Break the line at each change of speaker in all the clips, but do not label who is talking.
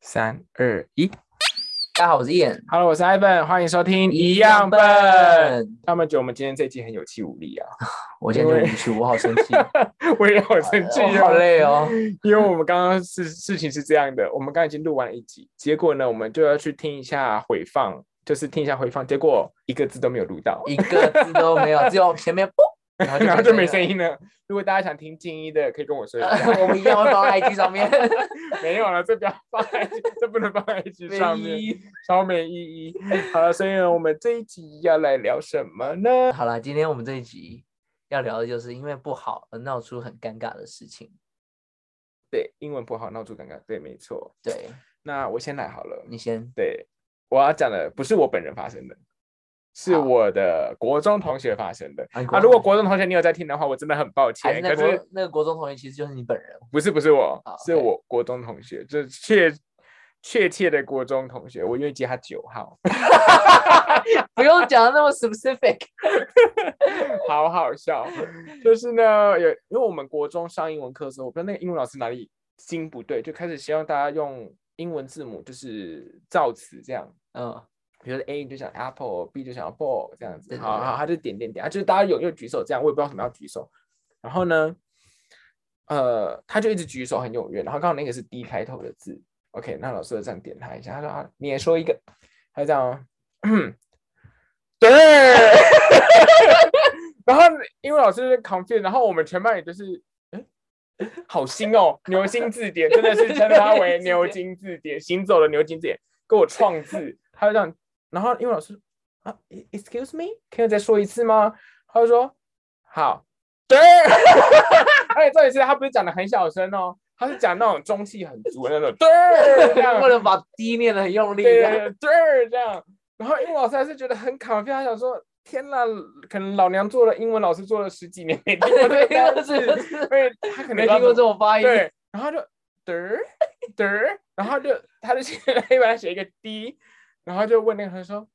三二一
大家好，我是燕，
，Hello，我是 Ivan，欢迎收听一样笨。他们觉得我们今天这集很有气无力啊，
我今天就很去，我好生气，
我也好生气
我
啊，
好累哦。
因为我们刚刚事事情是这样的，我们刚刚已经录完了一集，结果呢，我们就要去听一下回放，就是听一下回放，结果一个字都没有录到，
一个字都 没有，只有前面嘣，然
然后就没声
音
音了。如果大家想听静一的，可以跟我说一
了。
下。
我们一样会放在 IG 上面，
没有了，这不要放在，这不能放在一起上面，超没意义。好了，所以呢，我们这一集要来聊什么呢？
好了，今天我们这一集要聊的就是因为不好而闹出很尴尬的事情。
对，英文不好闹出尴尬，对，没错。
对
那我先来好了。
你先，
对，我要讲的不是我本人发生的，是
好
我的国中同学发生的。
啊你
啊，如果
国
国中同学你有在听的话，我真的很抱
还
歉。
是那
可
国
是
那个国中同学，其实就是你本人。
不是不是我
好，
是
OK
我国中同学，就是确确切的国中同学，我因为记他九号，
不用讲的那么 specific。
好好笑。就是呢，有因为我们国中上英文课的时候，我不知道那个英文老师哪里心不对，就开始希望大家用英文字母就是造词这样。
嗯，
比如说 A 就想 apple，B 就想 ball 这样子，
对对
好
对
好，他就点点点，他就是大家踊跃举手这样，我也不知道为什么要举手。然后呢，呃，他就一直举手很踊跃，然后刚好那个是 D 开头的字，OK，那老师就这样点他一下，他说啊，你也说一个，他就这样哦， 对， 然后因为老师就 confused，然后我们全班也就是。诶好新哦，牛津字典真的是称它为 牛津字典，行走的牛津字典。给我创字，他就这样，然后英文老师啊，e-，excuse me，可以再说一次吗？他就说好，对， 而且重点是他不是讲的很小声哦，他是讲那种中气很足的那种，对，这 样
不能把低念的很用力。
对对对，这样。然后英文老师还是觉得很 confused，他想说天呐，可能老娘做了英文老师做了十几年没听过这
对
个单
对
词，
对对。
因为他可能不
没
知道
听过
怎
这
么
种发音。
对，然后就嘚儿嘚儿，然后就 他就写黑板上写一个 D，然后就问那个人说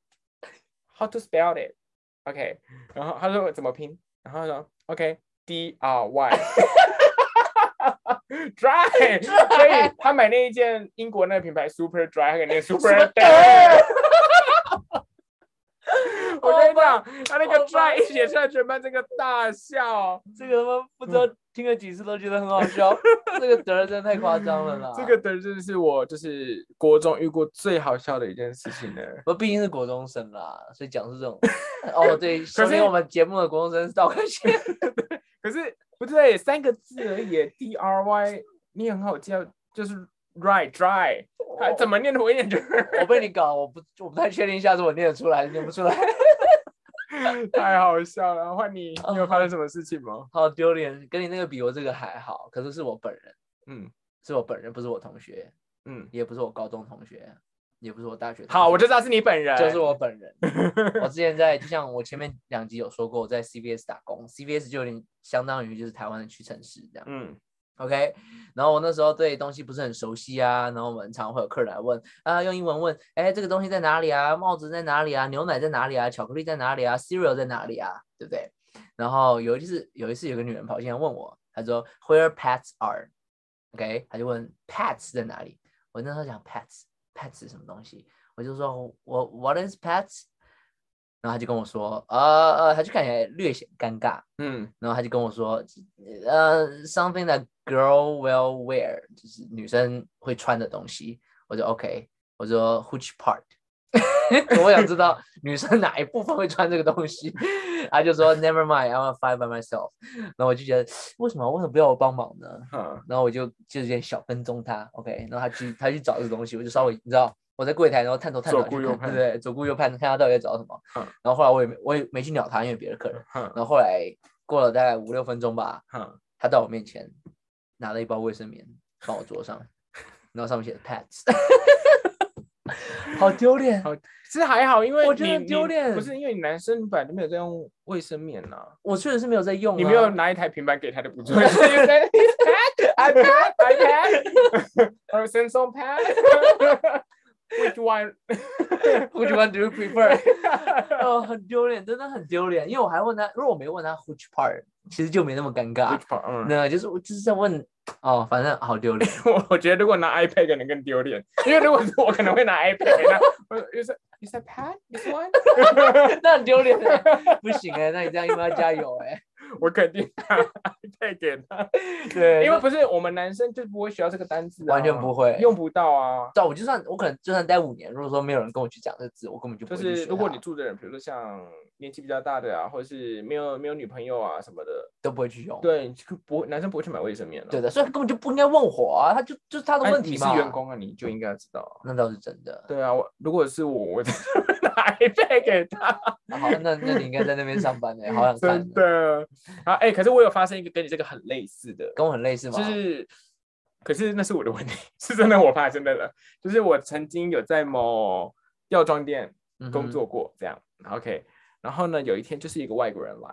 How to spell it？OK，、然后他说怎么拼，然后说 OK D R Y。Dry，所以他买那一件英国那个品牌 Super Dry，他给念 Super Dry。我跟你讲，他那个
好吧
Dry 一写出来，全班这个大笑。
这个他妈不知道听了几次都觉得很好 笑，这个德儿真的太夸张了啦。
这个的真的是我就是国中遇过最好笑的一件事情呢。
不毕竟是国中生啦，所以讲出 这种哦，对，收
是
听我们节目的国中生是道个歉。
可是不对，三个字而已，D R Y，你也很好记啊，就是 right dry，还怎
么
么念的我一点觉得
我被你搞？我不我不太确定，下次我念得出来还是念 不出来，
太好笑了。换你，
哦
你有发生什么事情吗？
好丢脸。跟你那个比，我这个还好，可是是我本人，
嗯
是我本人，不是我同学，
嗯，
也不是我高中同学，也不是我大学同学。
好，我就知道是你本人，
就是我本人。我之前在，就像我前面两集有说过，我在 CVS 打工，CVS 就有点相当于就是台湾的屈臣氏这样。
嗯
OK，然后我那时候对东西不是很熟悉啊，然后我们很常会有客人来问啊，用英文问，哎，这个东西在哪里啊？帽子在哪里啊？牛奶在哪里啊？巧克力在哪里啊？cereal 在哪里啊？对不对？然后有一次，有一次有个女人跑进来问我，她说 Where pets are？OK，、她就问 pets 在哪里？我那时候想 pets pets 是什么东西？我就说我 What is pets？然后她就跟我说，呃呃，她就看起来略显尴尬，
嗯
然后他就跟我说，呃，something that girl will wear，就是女生会穿的东西。我说 OK，我说 which part？我想知道女生哪一部分会穿这个东西。他就说 Never mind，I w a n find by myself。然后我就觉得为什么为什么不要我帮忙呢？
嗯
然后我就就有点小跟踪他，OK，然后他去他去找这个东西，我就稍微你知道我在柜台，然后探头探
左
脑去
顾
看，
右
对
盼
不对？左顾右盼，看他到底在找什么。
嗯
然后后来我也没我也没去鸟他，因为别的客人。
哼
然后后来过了大概五六分钟吧，
哼，
他到我面前拿了一包卫生棉放我桌上，然后上面写 Pats，好丢脸
好。其实还好，因为
我觉得
你
很丢
你
脸
不是因为你男生本来就没有在用卫生棉呐、
我确实是没有在用、啊，
你没有 拿一台平板给他的不 错 ，iPad iPad iPad，还有 Samsung Pad。Which one？
Which one do you prefer？哦，很丢脸，真的很丢脸。因为我还问他，如果我没问他 Which part，其实就没那么尴尬。
part？嗯
那就是我就是在问哦，反正好 丢脸。
我我觉得如果拿 iPad 可能更丢脸，因为如果是我可能会拿 iPad，那我就是 is that pad this one，
那很丢脸欸， 不行哎、那你这样要不要加油哎、
我肯定拿 iPad 给他，
对
因为不是我们男生就不会学到这个单词、啊，
完全不会
用不到啊。
对啊，我就算我可能就算待五年，如果说没有人跟我去讲这个字，我根本就不
就
会去
是
学啊
如果
它
你住的人，比如说像年纪比较大的啊，或者是没有没有女朋友啊什么的，
都不会去用。
对，你就不会男生不会去买卫生棉了、
对的，所以根本就不应该问我啊，他就就是他的
哎
问题
你
嘛。嗯
是员，工啊，你就应该知道啊。
那倒是真的。
对啊，我如果是我，我 就会拿 iPad 给 他。
啊好，那那你应该在那边上班 哎、好想看
真。的。啊，哎、可是我有发生一个跟你这个很类似的，
跟我很类似吗？
就是，可是那是我的问题， 是真的我发生的了。就是我曾经有在某药妆店
嗯哼
工作过，这样、OK。然后呢，有一天就是一个外国人来，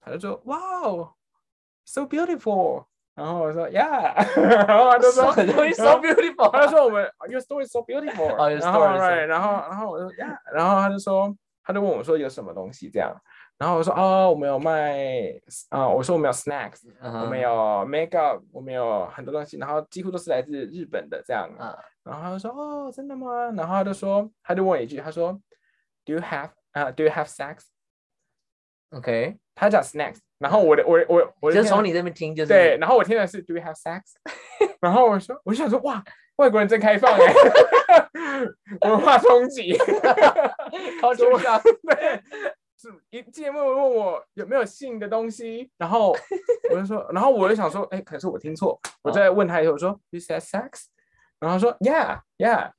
他就说：“哇哦，so beautiful。”然后我说：“Yeah。”然后 他就说：“
很容易 so
然后
beautiful，
他就说我们 your story 嗯 is so beautiful，
哦，your
然后
story is so
right，然后然后我就呀，然后他就说，他就问我说有什么东西这样，然后我说哦，我们有卖啊、我说我们有 snacks，、我
嗯
们有 makeup，我们有很多东西，然后几乎都是来自日本的这样，
啊，
然后他就说哦，真的吗？然后他就说，他就问我一句，他说 Do you have 啊、d o you have snacks？
嗯，OK，
他讲 snacks，然后我的我的我的我
就
的
是从你那边听就是
对，，然后我听的是 Do we have sex？然 后我说，我就想说，哇，外国人真开放哎、 文化冲 击。
好
说
抽象，
对，是一进来问我问我有没有性的东西，然后我就说，然后我就想说，哎、可是我听错，
哦
我再问他一下，我说 You said sex？然后他说 Yeah, yeah，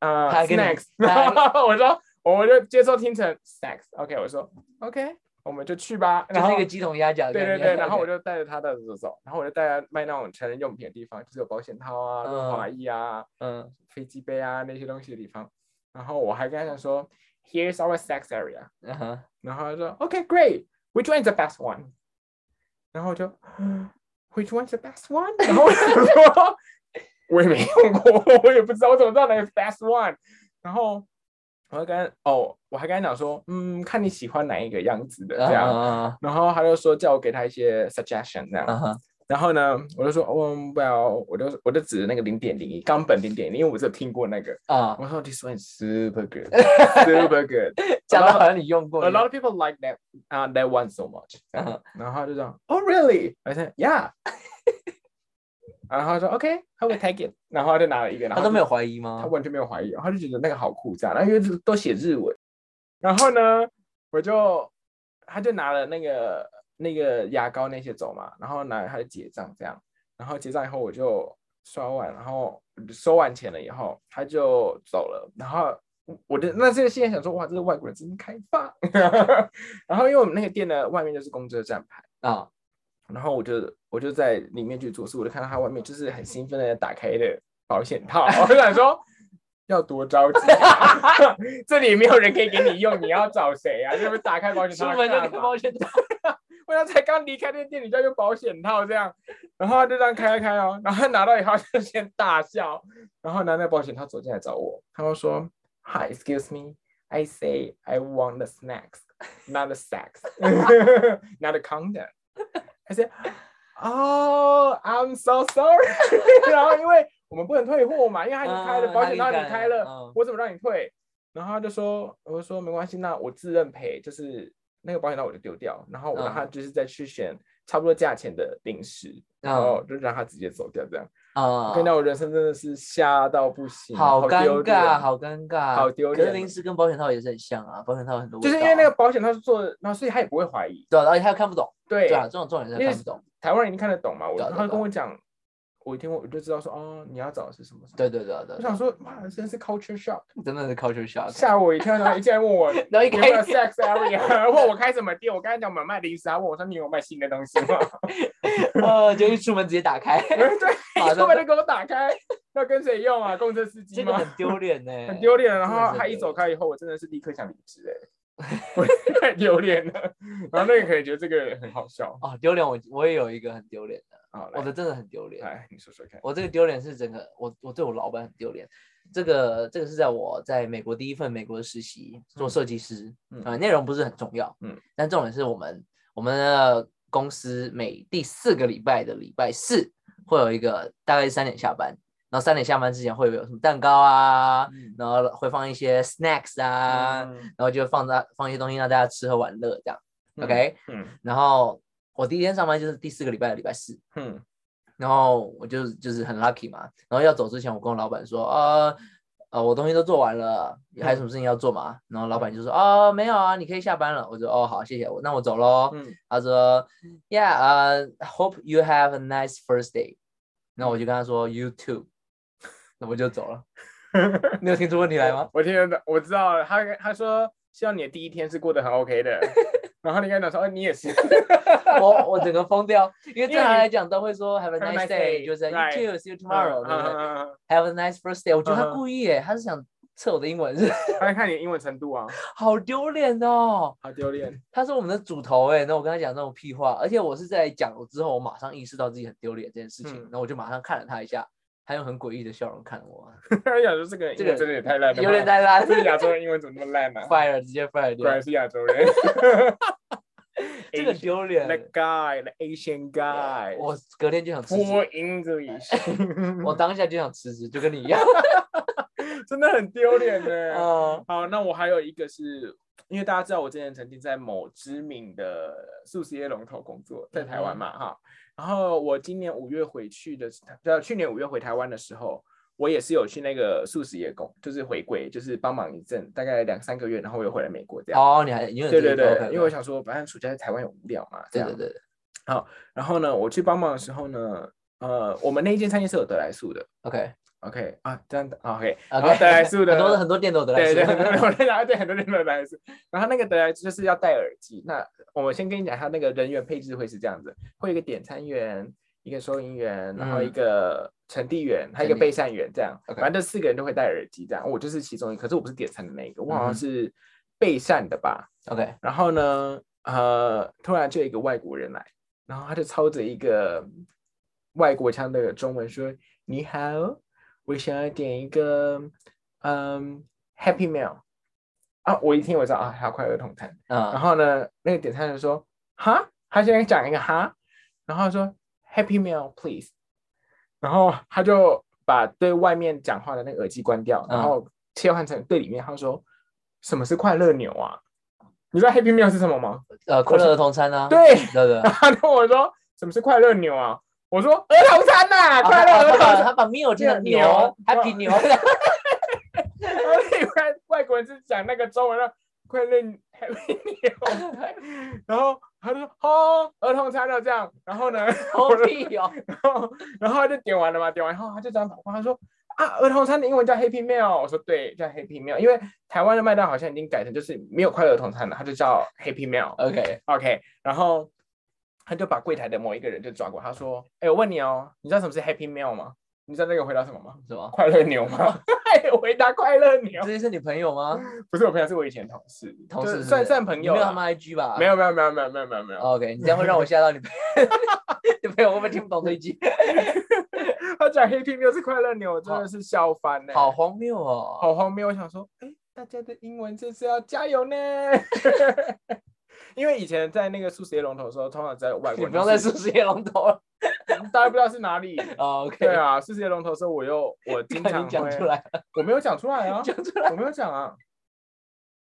啊、
他
s
跟你
n a c k s
他
然后我说，我就接受听成 sex。OK，我说 OK，我们就去吧。然后
就是一个鸡同鸭讲。
对对对，然后我就带着他的走走，然后我就带他卖那种成人用品的地方，就是有保险套啊、润滑液啊、
嗯，
飞机杯啊那些东西的地方。然后我还跟他讲说，Here's our sex area。
嗯哼
然后他说，OK, great. Which one is the best one? 然后我就，Which one is the best one？然后我想说， 我也没用过，我也不知道，我怎么知道哪个 best one？然后我还跟他哦，我还跟他讲说，嗯，看你喜欢哪一个样子的这样。
啊
然后他就说叫我给他一些 suggestion 这样，
啊哈，
然后呢，我就说，嗯、不 w e l l 我就我就指着那个零点零一冈本零点零，因为我只有听过那个，
啊，
我说 this one is super good，super good，
讲的好像你用过
a
一
lot
样。
of people like that 啊、that one so much，
嗯哼
然后他就这样，oh really，I said yeah，然后他说 OK，他会 take it，然后他就拿了一个，然
他
后
都
就
没有怀疑
他
吗？
完全没有怀疑，他就觉得那个好酷这样，然后因为都写日文，然后呢，我就他就拿了那个那个牙膏那些走嘛，然后拿他就结账这样，然后结账以后我就刷完，然后收完钱了以后他就走了，然后。我的那这个现在想说，哇，这个外国人真开放。 然后因为我们那个店的外面就是公车站牌，
啊，
然后我就我就在里面去做事，我就看到他外面就是很兴奋的打开的保险套， 我就想说要多着急、啊， 这里没有人可以给你用，你要找谁啊？就是打开保险
出
套
门就
干
跟
嘛？
保险套，
我想才刚离开那个店，你就要用保险套这样，然后他就这样开开开哦，然后他拿到以后就先大笑，然后拿那个保险套走进来找我，他就说：“Hi, excuse me, I say I want the snacks, not the sex, not the condom.” I said, “Oh, I'm so sorry.” 然后因为我们不能退货嘛，因为他已经开了
嗯
保险套，已
他已经
经
开
开
了
了
嗯，
我怎么让你退？然后他就说，我就说没关系，那我自认赔，就是那个保险套我就丢掉，然后我让他
嗯
就是再去选差不多价钱的零食，然
嗯
后就让他直接走掉这样。
哦啊
我跟你讲，我人生真的是吓到不行，
好
丢
尴尬，
脸
好尴尬，
好丢
可是
脸
零食跟保险套也是很像啊，保险套很多味
就是因为那个
道
保险套是做的，然后所以他也不会怀疑。
对啊，而且他又看不懂，
对，
对啊，这种重点是
因为
看不懂，
台湾人一定看得懂嘛，我
对啊对啊
他跟我讲，我一听我就知道说，哦，你要找的是什么什么。
对对对
我
对对
想，说，哇，真是 culture shock，
真的是 culture shock，
吓我一跳！然后一进来问我有
然后一
没有
开
sex area，问我 开什么店，我刚才讲我们卖零食，他啊问我说你有卖新的东西吗？
呃，就一出门直接打开，马
对，
上
后面就给我打开，要跟谁用啊？公车司机
这个
吗？
很丢脸呢，
很丢脸。然
真的
后
是
他
很
一
丢
走开以后，我真的是立刻想离职哎，我 太丢脸了。啊然后那个可能觉得这个很好笑。
哦，丢脸我我也有一个很丢脸的，
好，来
我的真的很丢脸，
来你说说看。
我这个丢脸是整个我我对我老板很丢脸。这个这个是在我在美国第一份美国的实习做
嗯
设计师，
嗯
啊、内容不是很重要，
嗯，
但重点是我们我们的公司每第四个礼拜的礼拜四会有一个大概三点下班，然后三点下班之前会有什么蛋糕啊，
嗯
然后会放一些 snacks 啊，
嗯
然后就放大放一些东西让大家吃喝玩乐这样。
嗯
OK，
嗯
然后我第一天上班就是第四个礼拜的礼拜四，
嗯
然后我就就是很 lucky 嘛，然后要走之前，我跟我老板说，呃呃，我东西都做完了，还有什么事情要做吗？然后老板就说，啊、没有啊，你可以下班了。我就哦好，谢谢，我那我走喽。
嗯
他说，Yeah，呃、h o p e you have a nice first day。那我就跟他说，You too。那我就走了。你有听出问题来吗？
我听得懂，我知道了。他他说希望你的第一天是过得很 OK 的，然后你跟他说，哦，你也是。
我我整个疯掉，因为
因
正
为
常
你
来讲都会说 Have a
Have a
nice
nice
day，
day，
就是 You
right
too，see you tomorrow，对不对
嗯
？Have a nice first day。我觉得他
嗯哼
故意耶，他是想测我的英文是。
他在看你的英文程度啊，
好丢脸哦！
好丢 脸。
他是我们的主头哎，那我跟他讲这种屁话，而且我是在讲了之后，我马上意识到自己很丢脸这件事情，
嗯
然后我就马上看了他一下，他用很诡异的笑容看我，
他想说这个人
这
英
个
文真的也太烂了吧，
有点太烂
这亚洲人英文怎么那么烂呢、啊？
，fire 直接 fire
果然
掉，
是亚洲人。
这个
Asian-
丢
The
脸。
guy, the Asian guy.
我隔天就想辞
poor
职，
English，
我当下就想辞职，就跟你一样。
真的很丢脸 呢。
嗯
好，那我还有一个是因为大家知道我之前曾经在某知名的素食业龙头工作，在台
嗯
湾嘛哈。然后我今年五月回去的，呃，去年五月回台湾的时候，我也是有去那个素食业工，就是回归，就是帮忙一阵，大概两三个月，然后我又回来美国这样。
哦，你还因为
对对对，因为我想说，反正暑假在台湾也无聊嘛，这
对
样
对。对
然后呢，我去帮忙的时候呢，呃，我们那一间餐厅是有得来速的
，OK
，OK 啊，这样的啊 OK，然
OK，
后得来速的
很多很多店都有得来
对
速
对，很多人我在想，对很多人得来速，然后那个得来速就是要戴耳机。那我们先跟你讲，它那个人员配置会是这样子，会有一个点餐员，一个收银员，然后一
嗯
个陈递员，还有一个
陈递
备膳员，这样，
OK
反正这四个人都会戴耳机这样。我就是其中一个，可是我不是点餐的那一个，我好
嗯哼
像是备膳的吧。
OK，
然后呢，呃，突然就有一个外国人来，然后他就操着一个外国腔的中文说：“你好，我想要点一个嗯 Happy Meal。”啊，我一听我知道啊，他要快乐童餐。然
嗯，
后呢，那个点餐人说：“哈，他现在讲一个哈，然后说 Happy Meal please。”然后他就把对外面讲话的那个耳机关掉，然
嗯
后切换成对里面，他说：“什么是快乐牛啊？”你知道 Happy Meal 是什么吗？
呃，快乐儿童餐啊，
对
对对
然。后他跟我说：“什么是快乐牛啊？”我说：“儿童餐呐、
啊
快乐
他
儿童
他把
餐。
他把 meal 听成
牛
牛，happy
哇
牛，
我以为外国人是讲那个中文的快乐 Happy Meal，然后他就说：“哦，儿童餐了这样。”然后呢？
好屁哦！
然后 然后他就点完了嘛，点完后他就这样跑过来，他说啊，儿童餐的英文叫 Happy Meal，我说对，叫 Happy Meal，因为台湾的麦当劳好像已经改成就是没有快乐儿童餐了，它就叫 Happy Meal。
OK，
OK，然后他就把柜台的某一个人就抓过，他说，哎、我问你哦，你知道什么是 Happy Meal 吗？你知道那个回答什么吗？
什么？
快乐牛吗？ 哎回答快乐牛
这，些是你朋友吗？
不是我朋友，是我以前同事，
同
就是
事
算算
算
朋友
没有
啦
他哦们 IG 吧？
没。有没有没有没有没有没有没有，
OK，你这样会让我吓到你朋友， 你朋友会不会听不懂这一句？
他讲 Happy Meal 是快乐牛，我真的是笑翻欸了、
好荒谬哦！
好荒谬！我想说，哎，大家的英文就是要加油呢。 因为以前在那个素食业龙头的时候，通常在外
你
国人就是，
不用再说世界龙头了。
大家不知道是哪 里。
哦 OK，
对啊，素食业龙头的时候，我又我经
看
常
你讲
会
出，来，
我没有讲出来啊，
讲出来，
我没有讲啊，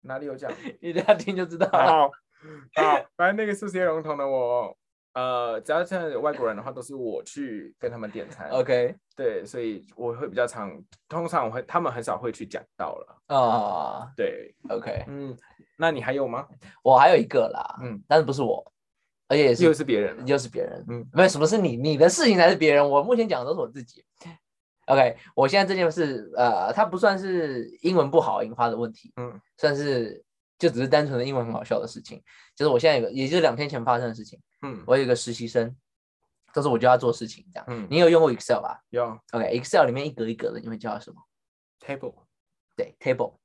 哪里有 讲？
你等下听就知道了。
好，好，反正那个素食业龙头呢，我呃，只要现在有外国人的话，都是我去跟他们点餐。
OK，
对，所以我会比较常，通常我会他们很少会去讲到了。
啊
对，
，OK，
嗯，那你还有吗？
我还有一个啦，
嗯，
但是不是我，而且也是
又是别人了，
又是别人，
嗯，
没有什么是你你的事情才是别人，我目前讲的都是我自己。OK，我现在这件事，呃，它不算是英文不好引发的问题，
嗯，
算是就只是单纯的英文很好笑的事情，就是我现在有个，也就是两天前发生的事情，
嗯
我有一个实习生，都是我叫他做事情这样，
嗯，
你有用过 Excel 吧
有
？OK，Excel、里面一格一格的，你会叫它什么？
table
对，table。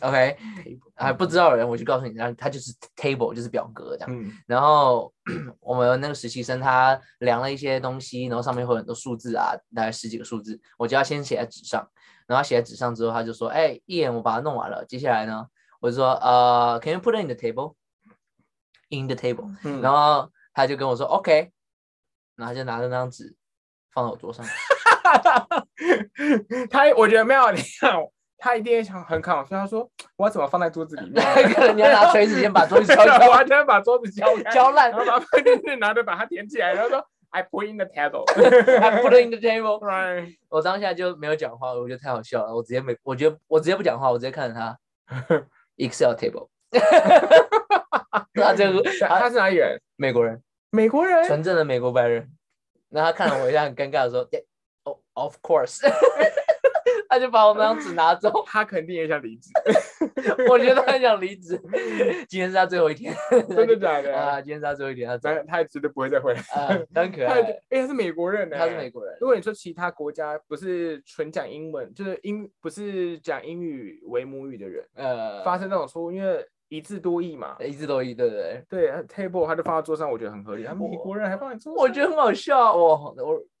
OK，
table
还不知道的人，我就告诉你，然后它就是 table，就是表格这样。
嗯
然后 我们那个实习生他量了一些东西，然后上面会有很多数字啊，大概十几个数字，我就要先写在纸上。然后写在纸上之后，他就说：“哎，一眼我把它弄完了。”接下来呢，我就说：“呃，Can you put it in the table? In the table。”
嗯
然后他就跟我说：“OK。”然后他就拿着那张纸放到我桌上。
他我觉得没有，你看他一定也想很看我，所以他说我要怎么放在桌子里面？啊
可能你要拿锤子先把东西 敲
对我
敲
要先把桌子敲开，
敲烂
然后把饭店去拿着把它填起来，然后说 I put in the table，
，I put it in the table。
right，
我当下就没有讲话，我觉得太好笑了，我直接没，我觉得我直接不讲话，我直接看着 他 Excel table。他这啊个
他他是哪里人？
美国人，
美国人。
纯正的美国白人。然后他看了我一下，很尴尬的说：“Yeah, o of course。” 他就把我那张纸 拿走，
他肯定也想离职，
我觉得他很想离职。今天是他最后一天，
真的假的？
啊，今天是他最后一天，他走
他他也绝对不会再回来。
啊，他很可
他
爱
也，哎，他是美国人呢，
他是美国人，
如果你说其他国家不是纯讲英文，就是英不是讲英语为母语的人，
呃，
发生那种错误，因为一字多义嘛。
一直都一对对对。
对，table 他就放在桌上，我觉得很合理。他们美国人还放在桌
我
上，
觉得很好笑啊，我我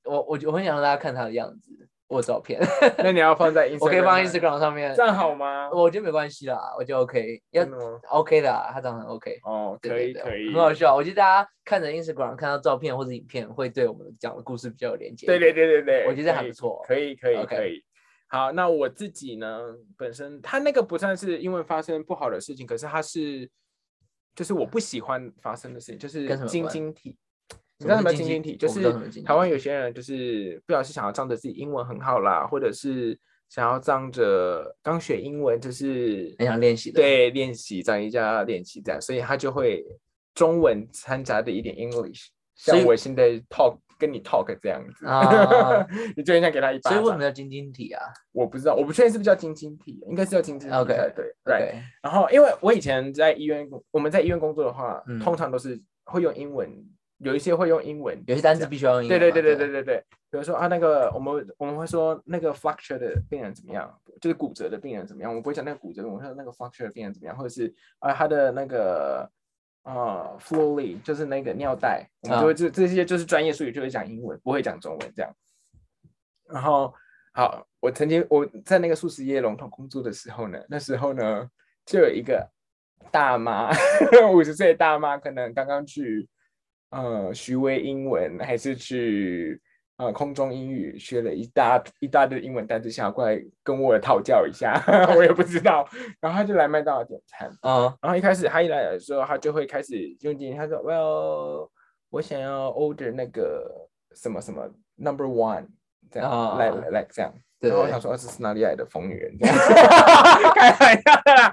我我我很想让大家看他的样子，我的照片，
那你要放在 Instagram，
我可以放
吗
Instagram 上面
这，样好吗？
我觉得没关系啦，我觉得 OK，要
真的吗
OK 的啊，他长得很 OK，
哦，嗯可
对
以
对对
可以，
很好笑。我觉得大家看着 Instagram 看到照片或者影片，会对我们讲的故事比较有连接。
对对，对对对，
我觉得
可
还
以
不错。
可以，可以，
OK
可以。好，那我自己呢，本身他那个不算是因为发生不好的事情，可是他是，就是我不喜欢发生的事情，就是
跟什么有
晶
关
晶体。你知
什
道
么
什么
是
晶
晶
晶体？
体
就
我不
是
知道什么是晶
台湾
体
有些人就是不小心想要仗着自己英文很好啦，或者是想要仗着刚学英文，就是
很想练习的。，
对练习长一下练习这样，所以他就会中文掺杂的一点 English，
所
像
以
我现在 talk 跟你 talk 这样子，
啊
你就很想给他一巴
所以为什
掌
么。叫晶晶体啊
我不知道，我不确定是不是叫晶晶体，应该是叫晶晶体
OK，
才对。对。
？OK，
然后，因为我以前在医院工，我们在医院工作的话
嗯，
通常都是会用英文，有一些会用英文。
有些单词必须要用英
对
文
对
嘛。
对对对
对。
对对。比如说啊，那个我们我们会说那个 fracture 的病人怎么样，就是骨折的病人怎么样，我不会讲那个骨折，我会说那个 fracture 的病人怎么样，或者是啊他的那个呃 f l o w l y 就是那个尿袋，我们就会这这些就是专业术语，就会讲英文，不会讲中文这样。然后好，我曾经我在那个素食业龙头工作的时候呢，那时候呢就有一个大妈，五十岁的大妈，可能刚刚去呃学微英文，还是去呃空中英语学了一大一大堆英文单词，想要过来跟我讨教一下， 我也不知道，然后她就来麦当劳点餐。
啊，
然后一开始他一来的时候，他就会开始用英语，他说，Well，我想要 order 那个什么什么 number one，这样，
啊
来来来这样。
对
然后
对
我想说，啊这是哪里来的疯女人？这 样开玩笑的啦，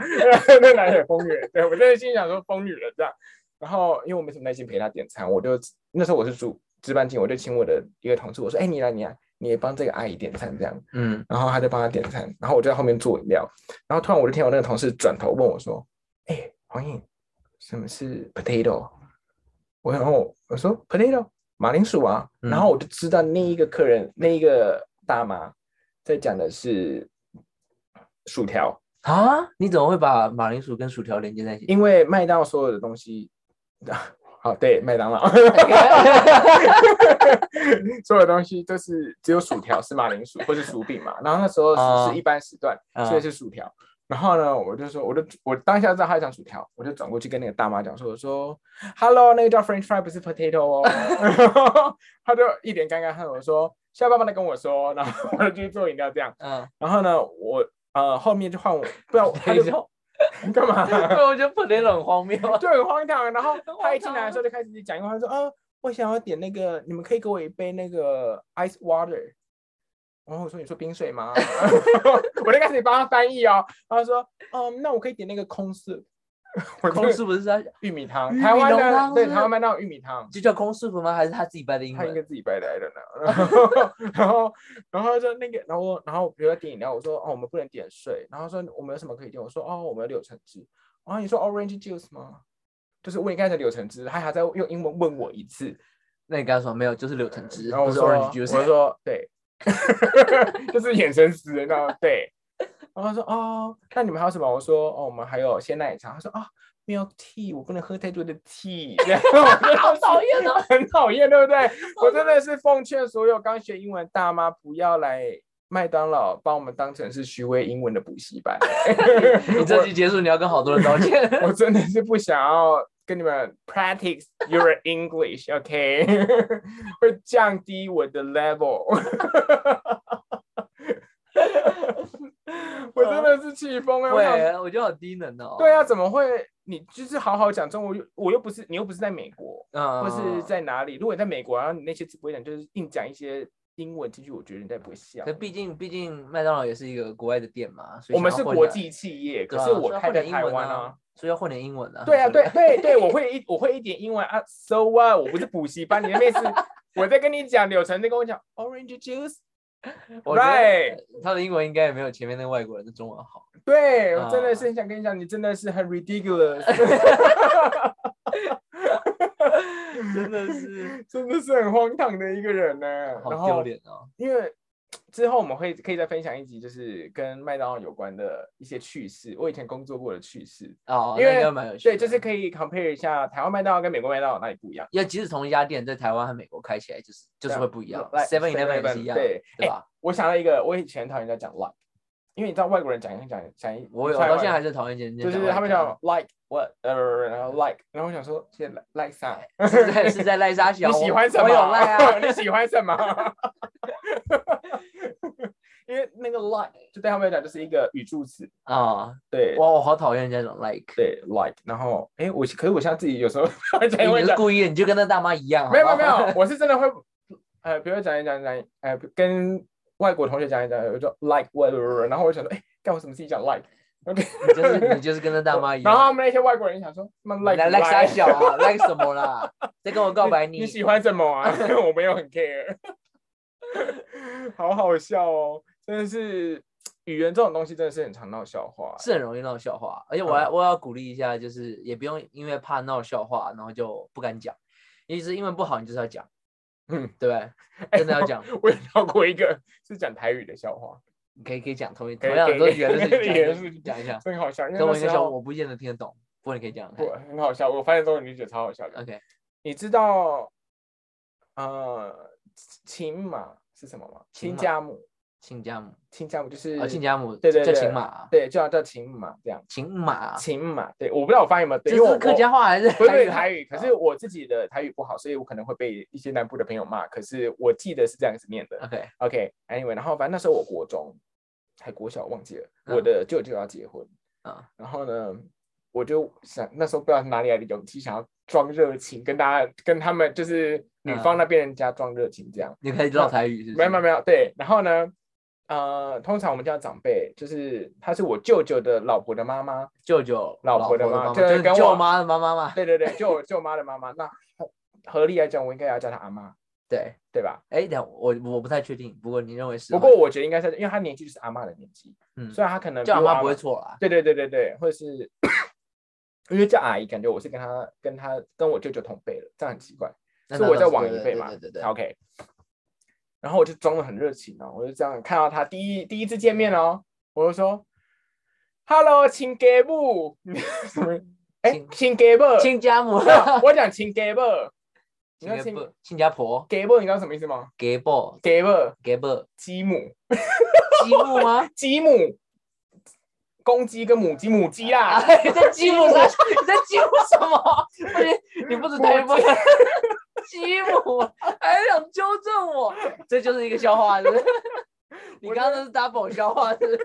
那哪里的疯女人？对我真的心里想说疯女人这样。然后因为我没什么耐心陪他点餐，我就那时候我是主值班经理，我就请我的一个同事，我说，哎，你来你来，你也帮这个阿姨点餐这样。
嗯，
然后他就帮他点餐，然后我就在后面做饮料，然后突然我就听我那个同事转头问我说：“哎、黄颖，什么是 potato？” 我然后我说 potato 马铃薯啊，
嗯
然后我就知道那一个客人那一个大妈在讲的是薯条，
啊，你怎么会把马铃薯跟薯条连接在一起？
因为麦当劳所有的东西， 好对麦当劳， 所有东西都是只有薯条是马铃薯或是薯饼嘛，然后那时候
啊
是是一般时段。所以
啊
是薯条。然后呢，我就说，我就我当下知道他讲薯条，我就转过去跟那个大妈讲说，我说，Hello，那个叫 French fry 不是 potato 哦。然后他就一脸尴尬，看我说，下爸爸来跟我说，哦然后我就去做饮料这样。
嗯，
然后呢，我呃后面就换我，不然他
等 一
就
下，
干嘛？
我觉得不能很荒谬啊。
就很荒唐。然后
很荒
他一进来
唐啊
的时候就开始讲英文，他说：“啊，我想要点那个，你们可以给我一杯那个 ice water。”然后我说：“你说冰水吗？” 我就开始帮他翻译哦。然后说：“嗯，那我可以点那个空soup。”我就
空师不是他
玉米汤，
玉
台
米
湾
浓汤
的对
是
台湾卖那种玉米汤，
就叫空师傅吗？还是他自己掰的英
他应该
文？
自己掰的来的
哦
呢。然后，然后就那个，然后然后比如说点饮料，我说：“哦，我们不能点水。”然后说：“我们有什么可以点？”我说：“哦，我们有柳橙汁。”然后你说 orange juice 吗？就是问你刚才柳橙汁，他还在用英文问我一次，
那你刚刚说没有，就是柳橙汁，
然后
不
我
是
说，
orange
我就
juice。
说对， 就是眼神死人那种对。然后他说哦，那你们还有什么？我说哦，我们还有鲜奶茶。他说啊、m i l k tea，我不能喝太多的 tea。然 后我就
好讨厌 哦！
很讨厌，对不对？我真的是奉劝所有刚学英文大妈不要来麦当劳，把我们当成是徐威英文的补习班。
你这期结束，你要跟好多人道歉。
我真的是不想要跟你们 practice your English，OK，、会降低我的 level。我真的是气疯 了，我想
对，我觉得好低能哦。
对啊，，怎么会？你就是好好讲中文，又我又不是你又不是在美国，
嗯，
或是在哪里？如果你在美国，然后你那些直播讲就是硬讲一些英文进去，我觉得人家不会笑
可。毕竟毕竟麦当劳也是一个国外的店嘛，所以
我们
想
是
要混
国
点，
际企业，
对
可
啊
是
所以
我
要
开
混
在
点英
台
文
湾
啊。，所以要混点英文啊。
对啊，
不
对对对，我会一我会一点英文啊，so what？我不是补习班，你的 妹是我在跟你讲，柳橙在跟我讲 orange juice，
我觉得
Right
他的英文应该也没有前面那个外国人的中文好。
对我真
啊
的是很想跟你讲，你真的是很 ridiculous，
真的是
真的是很荒唐的一个人呢。然
好丢
后
脸哦。
因为之后我们会可以再分享一集，就是跟麦当劳有关的一些趣事，我以前工作过的趣事。
哦，
因
那应
为
该蛮有趣的。
对，就是可以 compare 一下台湾麦当劳跟美国麦当劳哪里不一样。
要即使同一家店在台湾和美国开起来，就是就是会不一样。
啊来
Seven Eleven 也是一样，
对
对
哎
吧？
我想到一个，我以前讨厌人家讲 like，因为你知道外国人讲一讲讲一，
我有
台
我
湾
到现在还是讨厌人家
就
讲
是
外
他们
国
讲 like what，呃，然后 like，然后我想说现在 like 啥？
是在是在赖 沙
你
小，
喜
我
欢什么？，
我有赖 啊
你喜欢什么？因为那个 like 就对他们来讲就是一个语助词，
啊！
对
哇，我好讨厌人家讲 like，
对 like，然后哎，我可是我现在自己有时候会
哎
讲
你
会
是
讲，
故意的，你就跟那大妈一样，
没有没
好
有
不
没
好
有，我是真的会，呃，比如讲一讲讲，呃，跟外国同学讲一讲，我就 like what，然后我就想说，哎，干我什么自己讲 like，
你就是你就是跟那大妈一样。
然后他们那些外国人想说，他们 like
来赖沙
like
小啊，like 什么啦？在跟我告白
你喜欢什么啊？ 我没有很 care，好好笑哦，真的是语言这种东西真的是很常闹笑话。
是很容易闹笑话，而且
嗯
我要、我要鼓励一下，就是也不用因为怕闹笑话，然后就不敢讲，因为是英文不好，你就是要讲，
嗯，
对不对？
哎
真的要讲，
我也闹过一个是讲台语的笑话，
你可以可以讲同一
可以
同样
可
的
以
都是原
可以可以
的
可
事
以
情，讲一下。
真好笑，因为
跟我
那
一个
时
小，
候
我不见得听得懂，不过你可以讲。
我很好笑，我发现这种理解超好笑的。
OK，
你知道呃亲嘛是什么吗？
亲
亲
嘛
家母，
亲家母
亲家母就是
啊，亲家母
嗯对对
叫啊
对
秦马，
对，就要叫秦马这样。
秦马，
秦马，对，我不知道我发音有没有
啊这
对，因为我
是客家话还是
不
台语
是
啊
台语，可是我自己的台语不好，所以我可能会被一些南部的朋友骂。可是我记得是这样子念的。
啊？OK，
OK，Anyway，、然后反正那时候我国中还国小忘记了，
嗯
我的舅舅要结婚，
嗯
然后呢，我就想那时候不知道哪里来的勇气，想要装热情，跟大家跟他们就是女方那边人家装热情这样。
你可以唠台嗯语是不是？
没有没有没有，对，然后呢？呃，通常我们叫长辈，就是她是我舅舅的老婆的妈妈，
舅舅
老婆的
的
妈
妈妈，
就是
就是
跟我
舅妈的妈妈嘛，
对对对，就我舅妈的妈妈。那合合理来讲，我应该要叫她阿妈，
对。
对吧？
哎，等下我我不太确定，不过你认为是的
不
话？
过我觉得应该是，因为她年纪就是阿妈的年纪，
嗯
虽然她可能
叫阿
比我
妈不会。错啦。
对对对对对，或者是因为叫阿姨，感觉我是跟她跟她跟我舅舅同辈了，这样很奇怪，
那
是
那
我
倒
在
是
往
对
一
对
辈
对
嘛
对对对
，OK。然后我就装的很热情哦，我就这样看到她第一第一次见面哦，我就说：“Hello，亲家母， 什么？哎亲
亲，
家母，
亲家母，
没有我讲亲家母，你知道
新
亲
加坡新加坡
给伯，你知道什么意思吗？
给波
给伯
给波
鸡母，
鸡母吗？
鸡母，公鸡跟母鸡，母鸡 啦，
哎，你在鸡母啥？你在鸡母什么？不是，你不准太不 鸡母，还想纠正我，这就是一个笑话，是不是？ 你
我
刚刚那是 double 笑话，是不 是？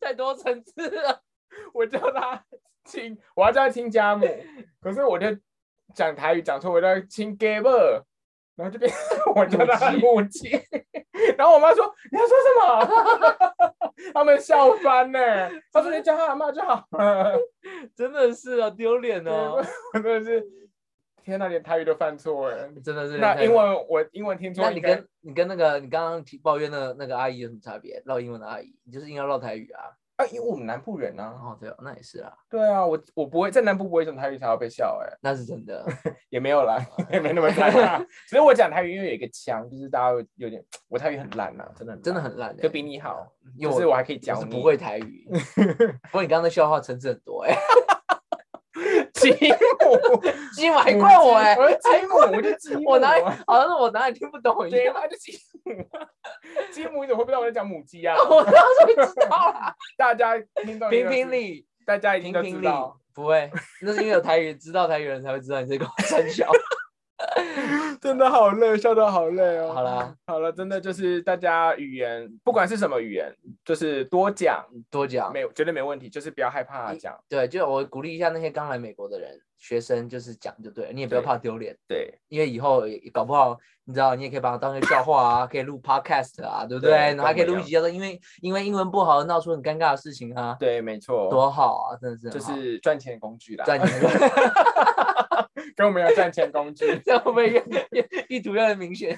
太多层次了。
我叫他亲，我要叫他亲家母，可是我就讲台语讲错，我叫亲给伯，然后就变我叫他母鸡，然后我妈说你要说什么？ 他们笑翻呢、她说你叫他阿妈就好了，
真的是啊，丢脸哦！
我真的是天哪，连台语都犯错哎、
真的是
那
太
英文我英文听错
那
应该，
你跟你跟那个你刚刚提抱怨的那个阿姨有什么差别？唠英文的阿姨，你就是硬要唠台语啊？
啊，因为我们南部人啊，
哦，对哦，那也是啊，
对啊，我我不会在南部不会讲台语才会被笑哎、
那是真的。
也没有啦，
哦
也没那么烂啦。只是我讲台语因为有一个腔，就是大家会有点，我台语很烂呐、啊，真的
真的
烂，
很烂、欸，
就比你好，
因为
就是
我
我还可以
我
教
是
你
不会台 语。不过你刚刚的笑话层次很多哎、欸，
吉姆，
鸡母还怪我 哎、
我是吉姆，我就吉姆啊，
我哪里好像是我哪里听不懂一
对
样，
啊，就吉姆啊，吉姆你怎么会不知道我在讲母 鸡啊？
我当时就知道啦。
大家听到
哦 评评，理，
大家一
评
定都
评
知
理
道，，
不会，那是因为有台语，知道台语人才会知道你在跟我三 小。
真的好累，笑得好累哦。
好啦，
好了，真的就是大家语言，不管是什么语言，就是多讲，
多讲。
没有绝对没问题，就是不要害怕
嗯
讲。
对，就我鼓励一下那些刚来美国的人，学生就是讲就对了，你也不要
对
怕丢脸，
对，
因为以后也搞不好，你知道，你也可以把它当个笑话啊，可以录 podcast 啊，对不
对
对？然后还可以
跟我
录
一
一集叫做因为因为英文不好闹出很尴尬的事情啊，
对，没错，
多好啊，真的是啊
就
很好
是赚钱工具啦，
赚钱工具，
跟我们要赚钱工具。
这样会不会越越意图越来越明显？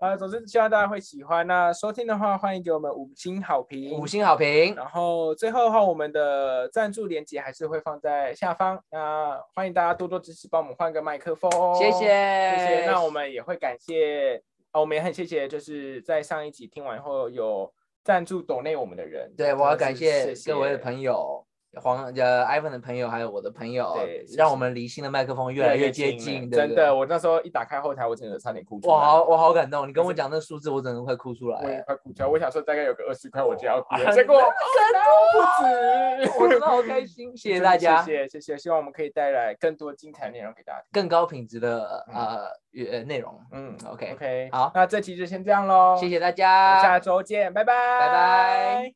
啊，总之希望大家会喜欢。那收听的话，欢迎给我们五星好评，
五。星好评，
然后最后的话，我们的赞助链接还是会放在下方。那欢迎大家多多支持，帮我们换个麦克风。哦
谢谢，
谢
谢
谢。那我们也会感谢啊，我们也很谢谢，就是在上一集听完以后有赞助抖内我们的人。
对我要
真的
感谢
是谢
各位的朋友。黄呃，Ivan 的朋友，还有我的朋友
对谢，
让
谢
我们离心的麦克风
友
越来越接近，对不
真
对
的，我那时候一打开后台，我真的差点哭出来。
我好，我好感动，你跟
就
我
是
讲那数字，我整个快哭出来
我也
了。
快哭出来，我想说大概有个二十块我就要哭了，
哇
结果哦
真
真
啊我 真的好开心，谢谢大家，
谢谢谢谢，希望我们可以带来更多精彩内容给大家听。
更高品质的
嗯
呃语呃内容。
嗯
OK，
，OK，
好
那这期就先这样喽，
谢谢大
我们
家，
下周见，拜拜，
拜拜。